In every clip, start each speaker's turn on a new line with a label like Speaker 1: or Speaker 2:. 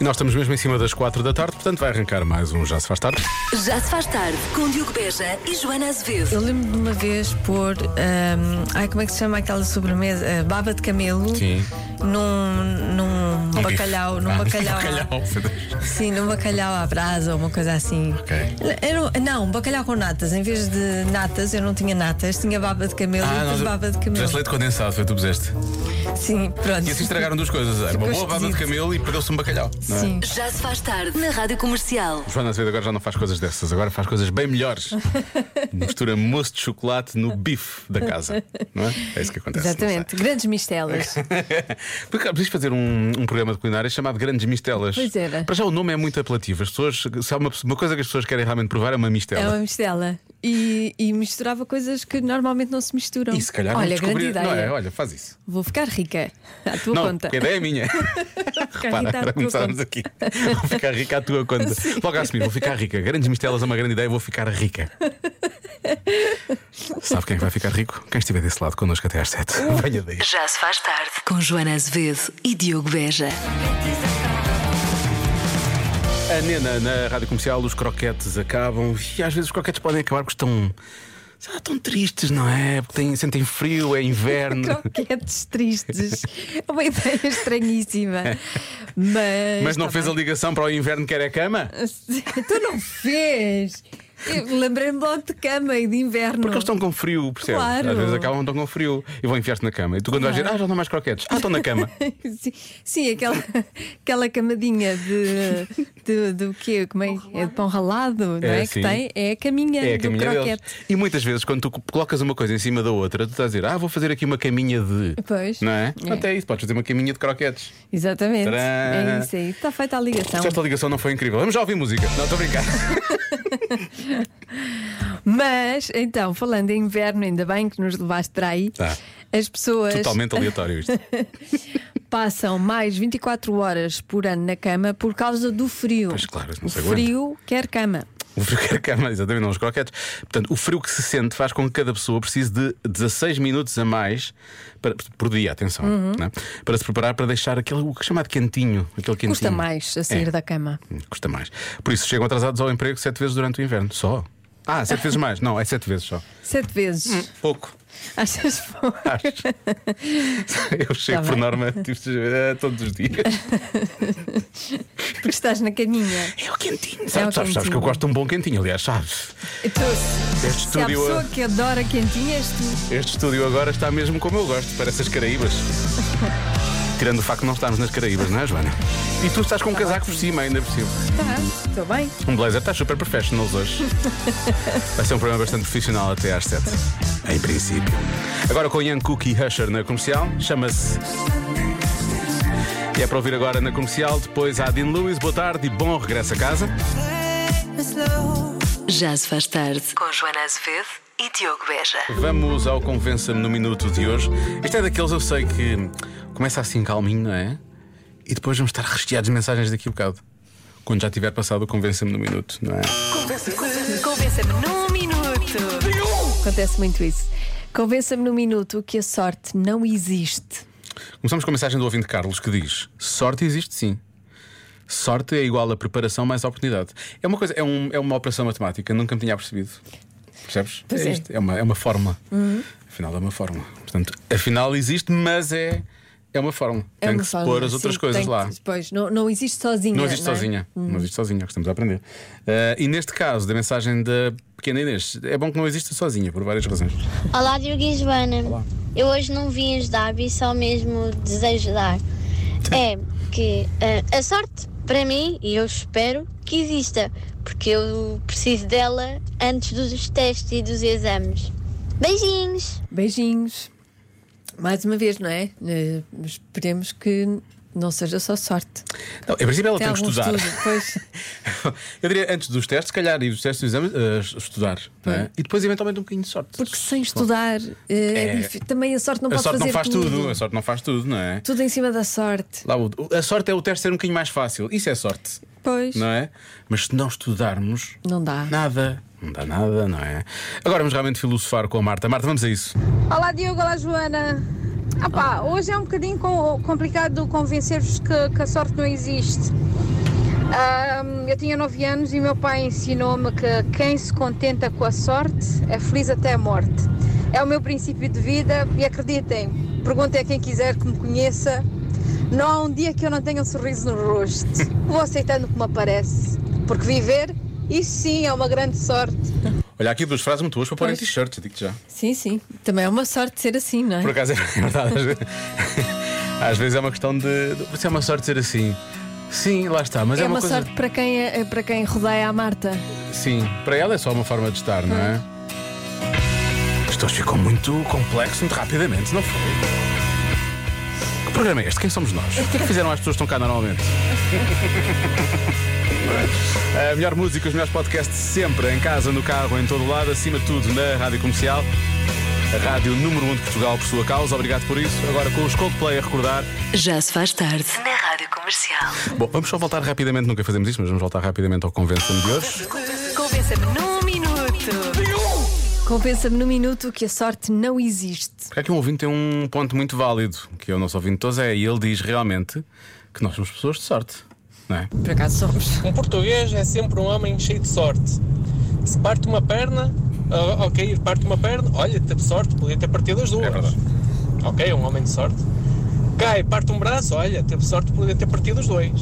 Speaker 1: E nós estamos mesmo em cima das 4 da tarde, portanto vai arrancar mais um Já Se Faz Tarde.
Speaker 2: Já se faz tarde com Diogo Beja e Joana Azevedo.
Speaker 3: Eu lembro de uma vez pôr. ahm, ai, como é que se chama aquela sobremesa? Ah, baba de camelo.
Speaker 1: Sim.
Speaker 3: Num, num
Speaker 1: Um
Speaker 3: bacalhau.
Speaker 1: bife.
Speaker 3: Num
Speaker 1: Ah,
Speaker 3: bacalhau.
Speaker 1: bacalhau, meu Deus.
Speaker 3: Sim, num bacalhau à brasa ou uma coisa assim.
Speaker 1: Ok.
Speaker 3: Era um- não, um bacalhau com natas. Em vez de natas, eu não tinha natas, tinha baba de
Speaker 1: Ah,
Speaker 3: camelo e depois baba de camelo.
Speaker 1: leite condensado, foi tu puseste.
Speaker 3: Sim, pronto.
Speaker 1: E assim estragaram duas coisas. Era uma
Speaker 3: Ficou
Speaker 1: boa baba de
Speaker 3: esquisito.
Speaker 1: camelo e perdeu-se um bacalhau. não é?
Speaker 3: Sim.
Speaker 2: Já se faz tarde na Rádio Comercial.
Speaker 1: Joana Azevedo agora já não faz coisas dessas, agora faz coisas bem melhores. Mistura moço de chocolate no bife da casa. Não é? É isso que acontece. não sei.
Speaker 3: Exatamente, grandes
Speaker 1: É
Speaker 3: mistelas.
Speaker 1: Porque preciso fazer um, um programa de culinária chamado Grandes Mistelas.
Speaker 3: Pois era.
Speaker 1: Para já o nome é muito apelativo. As pessoas, se há uma, uma coisa que as pessoas querem realmente provar é uma mistela.
Speaker 3: É uma mistela. E, e misturava coisas que normalmente não se misturam.
Speaker 1: E se calhar vamos
Speaker 3: Olha, grande
Speaker 1: descobrir.
Speaker 3: ideia.
Speaker 1: Não é? Olha, faz isso.
Speaker 3: Vou ficar rica. À tua
Speaker 1: não,
Speaker 3: conta.
Speaker 1: porque a ideia é minha. Repara,
Speaker 3: rica à
Speaker 1: para
Speaker 3: tua
Speaker 1: começarmos
Speaker 3: conta.
Speaker 1: aqui. Vou ficar rica à tua conta. Logo a assumir, vou ficar rica. Grandes Mistelas é uma grande ideia, vou ficar rica. Sabe quem é que vai ficar rico? Quem estiver desse lado connosco até às 7. Venha daí.
Speaker 2: Já se faz tarde com Joana Azevedo e Diogo Beja.
Speaker 1: A Nena na rádio comercial, os croquetes acabam e às vezes os croquetes podem acabar porque estão. sei lá, Estão tristes, não é? Porque têm- sentem frio, é inverno.
Speaker 3: Croquetes tristes. É uma ideia estranhíssima. Mas.
Speaker 1: Mas não
Speaker 3: tá
Speaker 1: fez a
Speaker 3: bem.
Speaker 1: ligação para o inverno que era a cama?
Speaker 3: Tu não fez. Eu Lembrei-me logo de cama e de inverno.
Speaker 1: Porque eles estão com frio, percebes?
Speaker 3: Claro.
Speaker 1: Às vezes acabam estão com frio e vão enfiar-se na cama. E tu quando vais dizer, ah, já não há mais croquetes, ah, estão na cama.
Speaker 3: Sim, sim, aquela, aquela camadinha de, de, do quê? Como é? que- É de pão ralado, não
Speaker 1: É,
Speaker 3: é?
Speaker 1: sim.
Speaker 3: Que tem? É a caminha
Speaker 1: É a
Speaker 3: do
Speaker 1: caminha deles.
Speaker 3: croquete.
Speaker 1: E muitas vezes, quando tu colocas uma coisa em cima da outra, tu estás a dizer, ah, vou fazer aqui uma caminha de.
Speaker 3: Pois.
Speaker 1: Não é?
Speaker 3: É.
Speaker 1: Até isso, podes fazer uma caminha de croquetes.
Speaker 3: Exatamente.
Speaker 1: Tcharam.
Speaker 3: É isso aí. Está feita a ligação.
Speaker 1: Se esta ligação não foi incrível, vamos já ouvir música. Não, estou a brincar.
Speaker 3: Mas, então, falando em inverno, ainda bem que nos levaste para aí.
Speaker 1: Tá.
Speaker 3: As pessoas
Speaker 1: Totalmente aleatório isto.
Speaker 3: passam mais 24 horas por ano na cama por causa do frio.
Speaker 1: Pois claro, isso não
Speaker 3: o
Speaker 1: se aguenta.
Speaker 3: frio quer cama.
Speaker 1: O frio que a cama, exatamente, não os croquetes. Portanto, o frio que se sente faz com que cada pessoa precise de 16 minutos a mais para, por dia, atenção,
Speaker 3: Uhum.
Speaker 1: né? para se preparar para deixar aquele o é chamado quentinho. Aquele quentinho.
Speaker 3: Custa mais assim, a sair
Speaker 1: É.
Speaker 3: da cama.
Speaker 1: Custa mais. Por isso chegam atrasados ao emprego 7 vezes durante o inverno. Só. Ah, 7 vezes mais. Não, é 7 vezes só.
Speaker 3: Sete vezes.
Speaker 1: Pouco.
Speaker 3: Achas pouco?
Speaker 1: Hum. Acho. Eu chego
Speaker 3: Tá
Speaker 1: por
Speaker 3: bem.
Speaker 1: norma tipo, eh, todos os dias.
Speaker 3: Porque estás na caminha.
Speaker 1: É o quentinho.
Speaker 3: É o
Speaker 1: Sabes, sabes, sabes que eu
Speaker 3: quentinho.
Speaker 1: gosto de um bom quentinho, aliás, sabes?
Speaker 3: Então, se,
Speaker 1: Este
Speaker 3: se há
Speaker 1: estúdio- é-
Speaker 3: pessoa que adora quentinhas, tu.
Speaker 1: Este estúdio agora está mesmo como eu gosto, parece as Caraíbas. Tirando o facto de não estarmos nas Caraíbas, não é, Joana? E tu estás com um casaco por cima, ainda por cima.
Speaker 3: Tá, estou bem.
Speaker 1: Um blazer, estás super professionals hoje. Vai ser um programa bastante profissional até às 7. Em princípio. Agora com Ian Cook e Husher na comercial, chama-se. E é para ouvir agora na comercial, depois há Dean Lewis, boa tarde e bom regresso a casa.
Speaker 2: Já se faz tarde com Joana Azevedo e Diogo Beja.
Speaker 1: Vamos ao Convença-me no Minuto de hoje. Este é daqueles eu sei que começa assim calminho, não é? E depois vamos estar recheados de mensagens daqui a bocado. Quando já tiver passado o Convença-me no Minuto, não é?
Speaker 2: Convença-me num minuto.
Speaker 3: Acontece muito isso. Convença-me num minuto que a sorte não existe.
Speaker 1: Começamos com a mensagem do ouvinte Carlos que diz: Sorte existe sim. Sorte é igual a preparação mais a oportunidade. É uma coisa, é, um- é uma operação matemática, nunca me tinha percebido. Percebes?
Speaker 3: Pois
Speaker 1: é,
Speaker 3: é. Uhum.
Speaker 1: isto, é uma, é uma fórmula. Afinal, é uma fórmula. Portanto, afinal existe, mas é, é uma fórmula.
Speaker 3: É
Speaker 1: tem
Speaker 3: uma
Speaker 1: que se
Speaker 3: forma,
Speaker 1: pôr as outras
Speaker 3: sim,
Speaker 1: coisas
Speaker 3: tem
Speaker 1: lá.
Speaker 3: que- Pois, não, não existe sozinha.
Speaker 1: Não existe
Speaker 3: é?
Speaker 1: sozinha. Não existe sozinha, que estamos a aprender. Eh, e neste caso, da mensagem da pequena Inês, é bom que não exista sozinha, por várias razões.
Speaker 4: Olá, Diogo e Joana. Eu hoje não vim ajudar, vi só mesmo desejo dar. É que eh, a sorte, para mim, e eu espero que exista, porque eu preciso dela antes dos testes e dos exames. Beijinhos!
Speaker 3: Beijinhos. Mais uma vez, não é? Eh, Esperemos que não seja só sorte.
Speaker 1: Não, em princípio, ela tem, que
Speaker 3: algum
Speaker 1: estudar.
Speaker 3: estudo, pois.
Speaker 1: Eu diria antes dos testes, se calhar, e dos testes e dos exames, eh, estudar. não é? E depois, eventualmente, um bocadinho de sorte.
Speaker 3: Porque sem estudar eh, é
Speaker 1: É.
Speaker 3: difí- também a sorte não
Speaker 1: a
Speaker 3: pode
Speaker 1: sorte não
Speaker 3: fazer
Speaker 1: faz tudo. a sorte não faz tudo, não é?
Speaker 3: Tudo em cima da sorte.
Speaker 1: Lá, o- a sorte é o teste ser um bocadinho mais fácil. Isso é sorte,
Speaker 3: Pois.
Speaker 1: não é? Mas se não estudarmos,
Speaker 3: Não dá.
Speaker 1: nada. Não dá nada, não é? Agora vamos realmente filosofar com a Marta. Marta, vamos a isso.
Speaker 5: Olá Diogo, olá Joana. Ah pá, hoje é um bocadinho com- complicado convencer-vos que, que a sorte não existe. Ahm, eu tinha 9 anos e meu pai ensinou-me que quem se contenta com a sorte é feliz até a morte. É o meu princípio de vida e acreditem, perguntem a quem quiser que me conheça, não há um dia que eu não tenha um sorriso no rosto. Vou aceitando o que me aparece, porque viver, isso sim é uma grande sorte.
Speaker 1: Olha, há aqui duas frases muito boas para pôr em
Speaker 3: Pois.
Speaker 1: t-shirt, digo já.
Speaker 3: Sim, sim. Também é uma sorte ser assim, não é?
Speaker 1: Por acaso é verdade. às vezes- Às vezes é uma questão de. de- Se é uma sorte dizer assim. Sim, lá está, mas
Speaker 3: É,
Speaker 1: é,
Speaker 3: uma,
Speaker 1: coisa.
Speaker 3: sorte para quem, é- para quem rodeia a Marta.
Speaker 1: Sim, para ela é só uma forma de estar, não é? Isto hoje ficou muito complexo, muito rapidamente, não foi? Que programa é este? Quem somos nós? O que é que fizeram as pessoas que estão cá normalmente? A melhor música, os melhores podcasts sempre, em casa, no carro, em todo lado, acima de tudo na rádio comercial. A rádio número 1 um de Portugal por sua causa, obrigado por isso. Agora com os Coldplay a recordar.
Speaker 2: Já se faz tarde. Na Rádio Comercial.
Speaker 1: Bom, vamos só voltar rapidamente, nunca fazemos isso, mas vamos voltar rapidamente ao Convença-me de hoje.
Speaker 2: Convença-me num minuto.
Speaker 3: Compensa-me no minuto que a sorte não existe.
Speaker 1: Porque aqui um ouvinte tem um ponto muito válido, que é o nosso ouvinte Tosé, e ele diz realmente que nós somos pessoas de sorte, não é?
Speaker 3: Por acaso somos.
Speaker 6: Um português é sempre um homem cheio de sorte. Se parte uma perna, ah, ao cair parte uma perna, olha, teve sorte, podia ter partido as duas.
Speaker 1: É verdade.
Speaker 6: ok, é um homem de sorte. Cai, parte um braço, olha, teve sorte, podia ter partido os dois.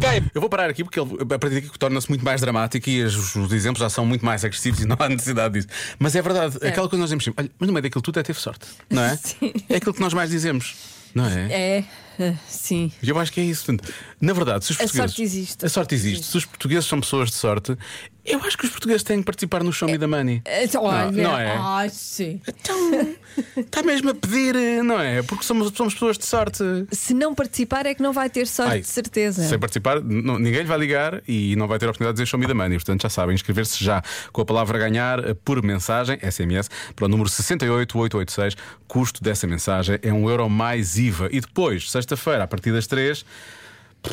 Speaker 6: Cai,
Speaker 1: Eu vou parar aqui porque ele, a partir daqui torna-se muito mais dramático e os, os exemplos já são muito mais agressivos e não há necessidade disso. Mas é verdade, aquela coisa que nós dizemos sempre, olha, mas no meio daquilo tudo é teve sorte, não é?
Speaker 3: Sim.
Speaker 1: É aquilo que nós mais dizemos, não é?
Speaker 3: É, eh, sim.
Speaker 1: E Eu acho que é isso. Portanto, na verdade, se os
Speaker 3: A sorte
Speaker 1: portugueses.
Speaker 3: existe.
Speaker 1: A sorte existe. Se os portugueses são pessoas de sorte, eu acho que os portugueses têm que participar no Show Me the Money.
Speaker 3: Eh, Olha,
Speaker 1: não é?
Speaker 3: Ah, sim.
Speaker 1: Está Então, tá mesmo a pedir, eh, não é? Porque somos, somos pessoas de sorte.
Speaker 3: Se não participar é que não vai ter sorte,
Speaker 1: Ai,
Speaker 3: de certeza.
Speaker 1: Sem participar, n- ninguém lhe vai ligar e não vai ter a oportunidade de dizer show me the money. Portanto, já sabem, inscrever-se já com a palavra ganhar eh, por mensagem, SMS, para o número 68886. Custo dessa mensagem é um euro mais IVA. E depois, sexta-feira, a partir das três,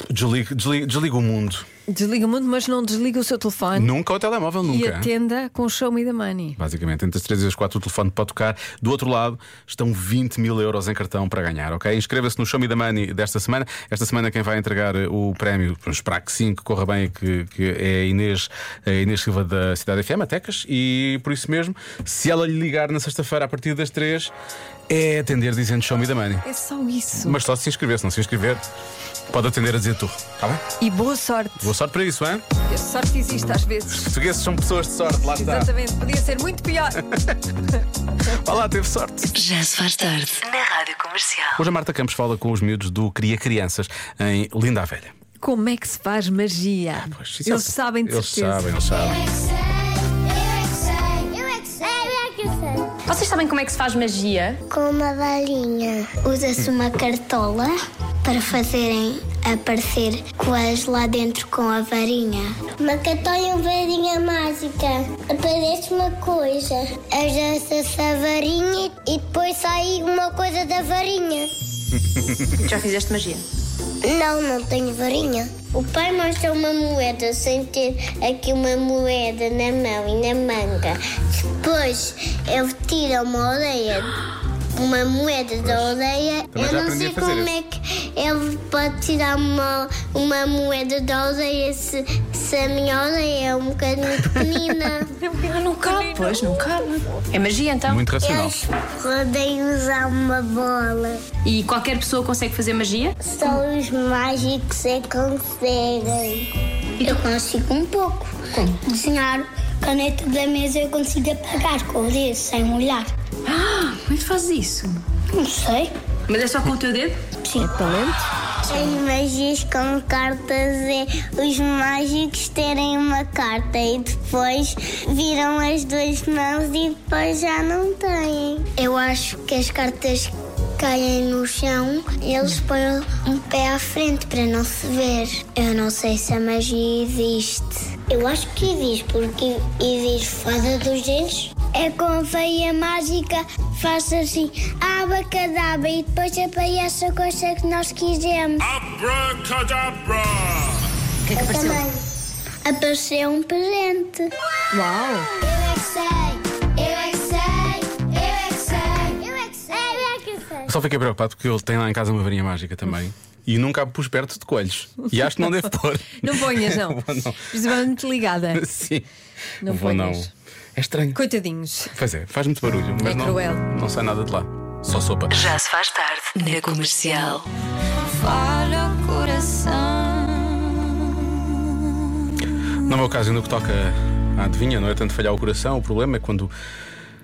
Speaker 1: desligo, desligo, desligo o mundo.
Speaker 3: Desliga o mundo, mas não desliga o seu telefone.
Speaker 1: Nunca o telemóvel,
Speaker 3: E
Speaker 1: nunca.
Speaker 3: atenda com o show me the money.
Speaker 1: Basicamente, entre as 3 e as 4 o telefone pode tocar. Do outro lado, estão 20 mil euros em cartão para ganhar, ok? Inscreva-se no Show Me the Money desta semana. Esta semana, quem vai entregar eh, o prémio, vamos esperar que sim, que corra bem, que, que é a Inês, a Inês Silva da Cidade FM, a Tecas, e por isso mesmo, se ela lhe ligar na sexta-feira a partir das 3, é atender dizendo Show Me the Money.
Speaker 3: É só isso.
Speaker 1: Mas só se inscrever, se não se inscrever, pode atender a dizer tu. Tá bem?
Speaker 3: E boa sorte.
Speaker 1: Boa sorte para isso, hein?
Speaker 3: Porque A sorte existe às vezes.
Speaker 1: Portugueses são pessoas de sorte, lá está.
Speaker 3: Exatamente. Podia ser muito pior.
Speaker 1: Vá lá, teve sorte.
Speaker 2: Já se faz tarde. Na Rádio Comercial.
Speaker 1: Hoje a Marta Campos fala com os miúdos do Cria Crianças em Linda a Velha.
Speaker 3: Como é que se faz magia?
Speaker 1: Ah, Pois, é
Speaker 3: eles, sabem de
Speaker 1: Eles
Speaker 3: certeza.
Speaker 1: sabem, eles sabem.
Speaker 7: Vocês sabem como é que se faz magia?
Speaker 8: Com uma varinha usa-se uma cartola para fazerem aparecer coelhos lá dentro com a varinha. Uma cartola é uma varinha mágica. Aparece uma coisa. Ajusta-se a varinha e depois sai uma coisa da varinha.
Speaker 7: Já fizeste magia?
Speaker 8: Não, não tenho varinha. O pai mostra uma moeda sem ter aqui uma moeda na mão e na manga. Depois ele tira uma orelha, uma moeda da orelha.
Speaker 1: Também
Speaker 8: eu
Speaker 1: já
Speaker 8: não
Speaker 1: aprendi
Speaker 8: sei
Speaker 1: a fazer
Speaker 8: como
Speaker 1: isso.
Speaker 8: é que ele pode tirar uma, uma moeda da orelha se, se a minha orelha é um bocadinho pequenina.
Speaker 7: Não cabe. Pois, não cabe. É magia então.
Speaker 1: Muito racional.
Speaker 8: Eles podem usar uma bola.
Speaker 7: E qualquer pessoa consegue fazer magia?
Speaker 8: Só os mágicos é que conseguem. Eu consigo um pouco. Como? Desenhar caneta da mesa eu consigo apagar com o dedo, sem olhar.
Speaker 7: Ah, como é que fazes isso?
Speaker 8: Não sei.
Speaker 7: Mas é só com o teu dedo?
Speaker 8: Sim. As magias com cartas é os mágicos terem uma carta e depois viram as duas mãos e depois já não têm. Eu acho que as cartas caem no chão e eles põem um pé à frente para não se ver. Eu não sei se a magia existe. Eu acho que existe, porque existe fada dos dentes. É com a veia mágica, faz assim, abacadabra e depois aparece a coisa que nós quisemos.
Speaker 9: Abracadabra!
Speaker 7: O que é que apareceu?
Speaker 8: Apareceu um presente.
Speaker 3: Uau!
Speaker 8: Eu é que sei, eu é que sei, eu é que sei, eu é que sei, eu é que sei.
Speaker 1: Só fiquei preocupado porque eu tenho lá em casa uma varinha mágica também. E nunca a pus perto de coelhos. E acho que não devo pôr.
Speaker 3: Não ponhas, não.
Speaker 1: Vou não.
Speaker 3: Principalmente ligada.
Speaker 1: Sim.
Speaker 3: Não
Speaker 1: Vou não.
Speaker 3: ponhas.
Speaker 1: É estranho.
Speaker 3: Coitadinhos.
Speaker 1: Pois é, faz muito barulho. Mas não,
Speaker 3: cruel.
Speaker 1: não sai nada de lá. Só sopa.
Speaker 2: Já se faz tarde na comercial.
Speaker 1: No meu é caso, no que toca à adivinha, não é tanto falhar o coração. O problema é quando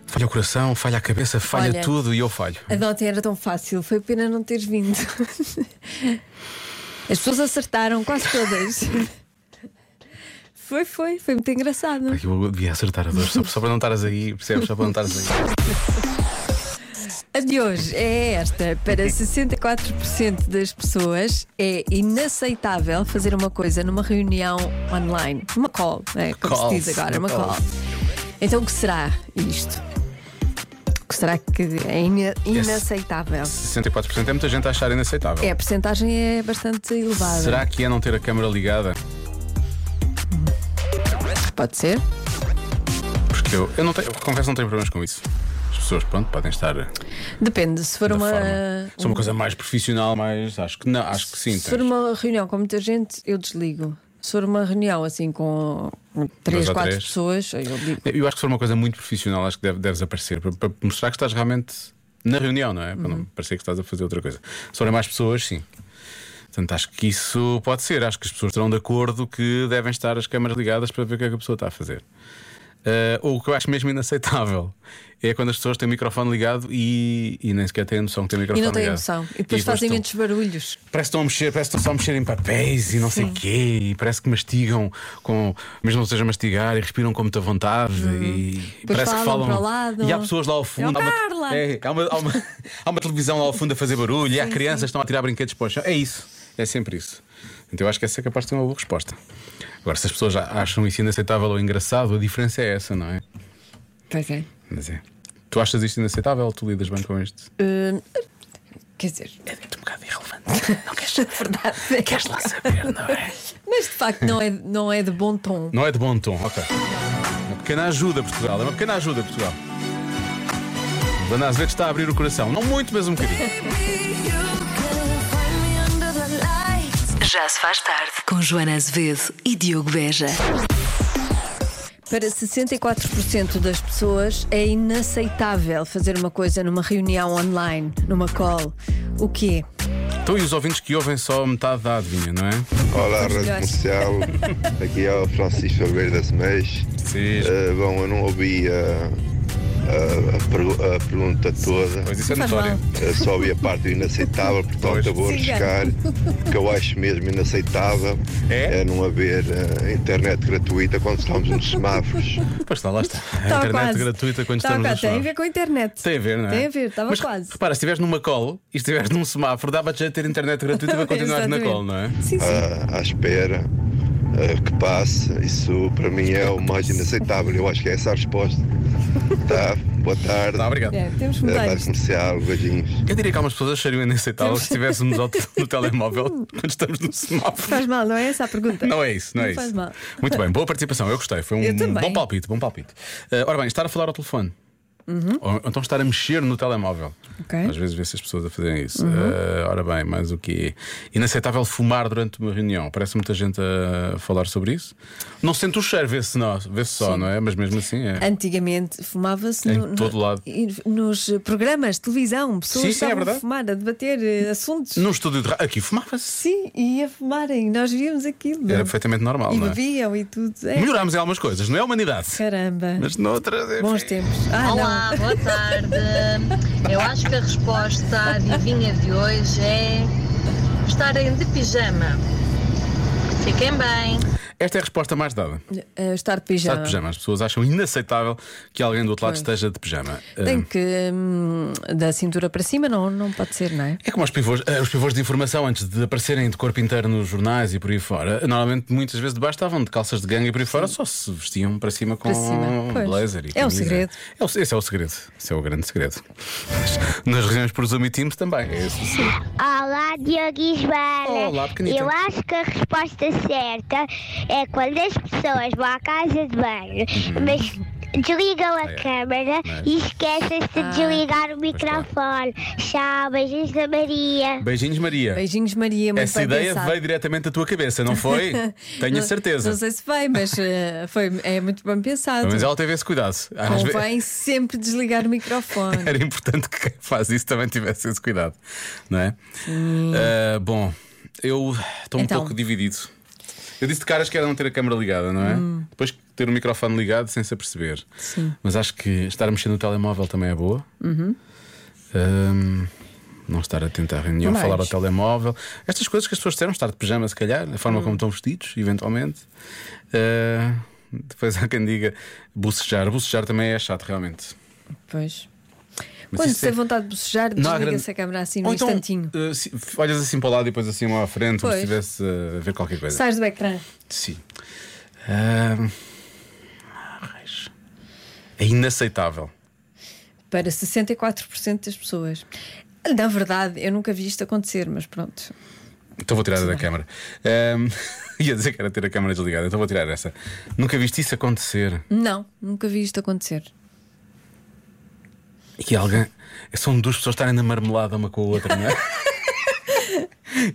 Speaker 1: falha o coração, falha a cabeça, falha
Speaker 3: Olha.
Speaker 1: tudo e eu falho.
Speaker 3: A de ontem era tão fácil, foi pena não teres vindo. As pessoas acertaram, quase todas. Foi, foi, foi muito engraçado.
Speaker 1: Aqui eu devia acertar a dor, só, só para não estares aí, percebes? Só para não estares aí.
Speaker 3: A de hoje é esta. Para 64% das pessoas é inaceitável fazer uma coisa numa reunião online. Uma call, não é? como
Speaker 1: Call,
Speaker 3: se diz agora,
Speaker 1: uma
Speaker 3: uma
Speaker 1: call.
Speaker 3: call. Então o que será isto? O que será que é ina- inaceitável?
Speaker 1: 64% é muita gente a achar inaceitável.
Speaker 3: É, a percentagem é bastante elevada.
Speaker 1: Será que é não ter a câmara ligada?
Speaker 3: Pode ser?
Speaker 1: Porque eu, eu não tenho, eu confesso, não tenho problemas com isso. As pessoas, pronto, podem estar da
Speaker 3: Depende, se for uma. um
Speaker 1: forma. Sou uma coisa mais profissional, mas acho que não, acho que sim.
Speaker 3: Se for
Speaker 1: tens.
Speaker 3: uma reunião com muita gente, eu desligo. Se for uma reunião assim com
Speaker 1: Dois
Speaker 3: três,
Speaker 1: ou
Speaker 3: quatro
Speaker 1: três.
Speaker 3: pessoas, eu digo.
Speaker 1: Eu acho que se for uma coisa muito profissional, acho que deve, deves aparecer para, para mostrar que estás realmente na reunião, não é? Para
Speaker 3: Uhum.
Speaker 1: não parecer que estás a fazer outra coisa. Se forem mais pessoas, sim. Portanto, acho que isso pode ser. Acho que as pessoas estarão de acordo que devem estar as câmaras ligadas para ver o que é que a pessoa está a fazer. Ah, ou o que eu acho mesmo inaceitável é quando as pessoas têm o microfone ligado e, e nem sequer têm a noção que têm o
Speaker 3: E
Speaker 1: microfone
Speaker 3: não tenho
Speaker 1: ligado.
Speaker 3: noção. E depois fazem
Speaker 1: estão-
Speaker 3: muitos barulhos.
Speaker 1: Parece que estão a mexer, parece que estão só a mexer em papéis e não sei o quê, e parece que mastigam com, mesmo não seja mastigar, e respiram com muita vontade e
Speaker 3: Uhum. Depois
Speaker 1: parece que falam.
Speaker 3: falam para o lado.
Speaker 1: E há pessoas lá ao fundo. há,
Speaker 3: É o
Speaker 1: uma,
Speaker 3: Carla!
Speaker 1: é, há, uma, há uma- há uma televisão lá ao fundo a fazer barulho, e há crianças que estão a tirar brinquedos para o chão. É isso, é sempre isso. Então eu acho que essa é capaz de ter uma boa resposta. Agora, se as pessoas a- acham isso inaceitável ou engraçado, a diferença é essa, não é?
Speaker 3: Pois é.
Speaker 1: Mas é. Tu achas isto inaceitável ou tu lidas bem com isto?
Speaker 3: eh, quer dizer,
Speaker 1: É um bocado irrelevante. Não queres,
Speaker 3: verdade.
Speaker 1: queres lá saber, não é?
Speaker 3: Mas de facto não é, não é de bom tom.
Speaker 1: Não é de bom tom, ok. Uma pequena ajuda, Portugal. É uma pequena ajuda, Portugal. Dona Azevedo está a abrir o coração. Não muito, mas um bocadinho.
Speaker 2: Já se faz tarde com Joana Azevedo e Diogo Beja.
Speaker 3: Para 64% das pessoas é inaceitável fazer uma coisa numa reunião online, numa call. O quê?
Speaker 1: Então, e os ouvintes que ouvem só metade da adivinha, não é?
Speaker 9: Olá,
Speaker 3: Os
Speaker 9: Rádio
Speaker 3: melhores.
Speaker 9: Comercial. Aqui é o Francisco Alveira das Mês.
Speaker 1: Sim.
Speaker 9: Eh, bom, eu não ouvi a, a- a pergu- a pergunta toda.
Speaker 1: Pois isso é
Speaker 3: Faz
Speaker 1: notório.
Speaker 3: mal.
Speaker 9: Eh, só ouvi a parte do inaceitável, portanto
Speaker 1: Pois.
Speaker 9: eu vou
Speaker 3: Sim,
Speaker 9: arriscar. O que eu acho mesmo inaceitável
Speaker 1: É?
Speaker 9: não haver eh, internet gratuita quando estamos nos semáforos.
Speaker 1: Pois está, lá está. A
Speaker 3: Estava
Speaker 1: internet
Speaker 3: Tá quase.
Speaker 1: gratuita quando
Speaker 3: Estava
Speaker 1: estamos
Speaker 3: quase.
Speaker 1: nos
Speaker 3: Tem a
Speaker 1: semáforos.
Speaker 3: ver com a internet.
Speaker 1: Tem a ver, não é?
Speaker 3: Tem a ver, estava
Speaker 1: Mas,
Speaker 3: quase.
Speaker 1: Repara, se estiveres numa call e estiveres num semáforo, dá-te jeito de ter internet gratuita para continuar na
Speaker 3: Exatamente.
Speaker 1: call, não é?
Speaker 3: Sim, sim.
Speaker 9: à, à espera eh, que passe. Isso para mim é o mais inaceitável. Eu acho que é essa a resposta. Tá, boa tarde.
Speaker 1: Tá, obrigado.
Speaker 3: É, temos que
Speaker 9: Eh,
Speaker 3: mudar
Speaker 9: Rádio
Speaker 3: isto.
Speaker 9: Comercial, beijinhos.
Speaker 1: Eu diria que algumas pessoas achariam inaceitável se estivéssemos ao te- no telemóvel quando estamos no semáforo.
Speaker 3: Faz mal, não é essa a pergunta?
Speaker 1: Não é isso, não, é
Speaker 3: faz
Speaker 1: isso.
Speaker 3: mal.
Speaker 1: Muito bem, boa participação, eu gostei. Foi um
Speaker 3: Eu também.
Speaker 1: bom palpite, bom palpite. Eh, ora bem, estar a falar ao telefone. Ou então estar a mexer no telemóvel.
Speaker 3: Uhum. Ok. Uhum.
Speaker 1: Às vezes vê-se as pessoas a fazerem isso. Eh, ora bem, mais o que Inaceitável fumar durante uma reunião. Parece muita gente a falar sobre isso. Não sente o cheiro, vê-se não- vê-se só, não é? Mas mesmo assim é.
Speaker 3: Antigamente fumava-se
Speaker 1: Em
Speaker 3: no- no-
Speaker 1: todo lado.
Speaker 3: e nos programas de televisão, pessoas
Speaker 1: Sim, sim, é
Speaker 3: estavam
Speaker 1: verdade.
Speaker 3: a fumar, a debater eh, assuntos.
Speaker 1: Num estúdio de ra- Aqui fumava-se.
Speaker 3: Sim, e a fumarem, nós víamos aquilo.
Speaker 1: Era perfeitamente normal,
Speaker 3: E
Speaker 1: não é?
Speaker 3: bebiam e tudo. É,
Speaker 1: Melhorámos em algumas coisas, não é a humanidade.
Speaker 3: caramba,
Speaker 1: Mas noutras. enfim.
Speaker 3: bons tempos. Ah,
Speaker 10: Olá, boa tarde. Eu acho que a resposta à adivinha de hoje é estarem de pijama. Fiquem bem.
Speaker 1: Esta é a resposta mais dada.
Speaker 3: não. Eh, estar
Speaker 1: Está
Speaker 3: de pijama.
Speaker 1: de pijama. As pessoas acham inaceitável que alguém do outro lado esteja de pijama.
Speaker 3: Tem
Speaker 1: Ah,
Speaker 3: que hum, da cintura para cima, não, não pode ser, não é?
Speaker 1: É como os pivôs, ah, os pivôs de informação, antes de aparecerem de corpo inteiro nos jornais e por aí fora, normalmente muitas vezes debaixo estavam de calças de gangue e por aí fora, só se vestiam para cima com
Speaker 3: Para cima, pois.
Speaker 1: blazer e
Speaker 3: É o
Speaker 1: camisa.
Speaker 3: segredo.
Speaker 1: É o, esse é o segredo. Esse é o grande segredo. Mas Nas regiões por Zoom e Teams também. É esse o segredo.
Speaker 8: Olá, Diogo e Joana.
Speaker 1: Olá, pequenita.
Speaker 8: Eu acho que a resposta certa é quando as pessoas vão à casa de banho, mas Desligam a câmera e esquecem-se de
Speaker 3: Ah.
Speaker 8: desligar o microfone. Tchau, beijinhos da Maria.
Speaker 1: Beijinhos, Maria.
Speaker 3: Beijinhos, Maria. Muito
Speaker 1: Essa
Speaker 3: bem
Speaker 1: ideia
Speaker 3: pensado.
Speaker 1: veio diretamente da tua cabeça, não foi? Tenho a
Speaker 3: Não- Não
Speaker 1: certeza.
Speaker 3: sei se vai, mas eh, foi, é muito bem pensado.
Speaker 1: Mas ela teve esse cuidado. Às ve-
Speaker 3: Convém sempre desligar o microfone.
Speaker 1: Era importante que quem faz isso também tivesse esse cuidado, não é? Ah, bom, eu estou um
Speaker 3: Então.
Speaker 1: pouco dividido. Eu disse de caras que era não ter a câmera ligada, não é? Depois ter o microfone ligado sem se aperceber.
Speaker 3: Hum. Sim. Uhum.
Speaker 1: Mas acho que estar a mexer no telemóvel também é boa. Ahm, não estar atento à reunião,
Speaker 3: Mais.
Speaker 1: falar ao telemóvel. Estas coisas que as pessoas disseram, estar de pijama, se calhar, a
Speaker 3: Hum.
Speaker 1: forma como estão vestidos, eventualmente. Ah, depois há quem diga bocejar. Bocejar também é chato, realmente.
Speaker 3: Pois.
Speaker 1: Mas
Speaker 3: Quando
Speaker 1: isso
Speaker 3: se
Speaker 1: é-
Speaker 3: tem vontade de bocejar,
Speaker 1: Não há
Speaker 3: desliga-se
Speaker 1: grande-
Speaker 3: a câmera assim
Speaker 1: Ou
Speaker 3: num
Speaker 1: então,
Speaker 3: instantinho.
Speaker 1: eh, se- olhas assim para o lado e depois assim lá à frente, como se
Speaker 3: Pois.
Speaker 1: estivesse eh, a ver qualquer coisa.
Speaker 3: Sais do ecrã.
Speaker 1: Sim. Ahm, ah, raios. É inaceitável.
Speaker 3: para 64% das pessoas. Na verdade, eu nunca vi isto acontecer, mas pronto.
Speaker 1: Então vou tirar da câmara. Ahm, ia dizer que era ter a câmara desligada, então vou tirar essa. Nunca viste isso acontecer.
Speaker 3: Não, nunca vi isto acontecer.
Speaker 1: E que alguém. São duas pessoas estarem na marmelada uma com a outra, não é?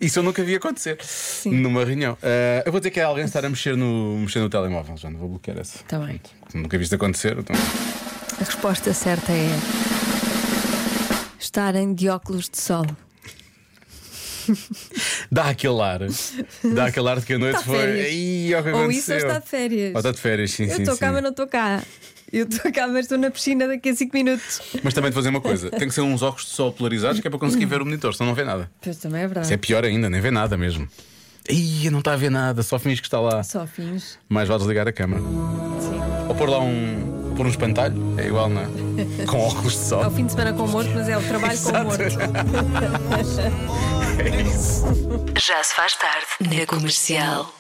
Speaker 1: Isso eu nunca vi acontecer numa reunião. Ah, eu vou dizer que é alguém estar a mexer no, mexer no telemóvel, já não vou bloquear essa.
Speaker 3: Está Tá bem.
Speaker 1: Nunca vi isto acontecer, então.
Speaker 3: A resposta certa é estarem de óculos de sol.
Speaker 1: Dá aquele ar. Dá aquele ar de que a noite
Speaker 3: Tá
Speaker 1: foi.
Speaker 3: férias.
Speaker 1: Ih, olha o que
Speaker 3: Ou
Speaker 1: aconteceu."
Speaker 3: isso ou está de férias.
Speaker 1: Ou está de férias, sim,
Speaker 3: eu
Speaker 1: sim.
Speaker 3: estou
Speaker 1: sim.
Speaker 3: cá, mas não estou cá. Eu estou cá, mas estou na piscina daqui a 5 minutos.
Speaker 1: Mas também de fazer uma coisa: tem que ser uns óculos de sol polarizados que é para conseguir ver o monitor, senão não vê nada.
Speaker 3: Pois também é
Speaker 1: Isso é
Speaker 3: verdade.
Speaker 1: pior ainda, nem vê nada mesmo. Ih, não está a ver nada, só finge que está lá.
Speaker 3: Só fins.
Speaker 1: Mais vale desligar a câmara. Ou pôr lá um. pôr um espantalho, é igual, não é? Com óculos de
Speaker 3: É o
Speaker 1: sol.
Speaker 3: fim de semana com o morto, mas é o trabalho com o morto.
Speaker 1: É isso.
Speaker 2: Já se faz tarde na comercial.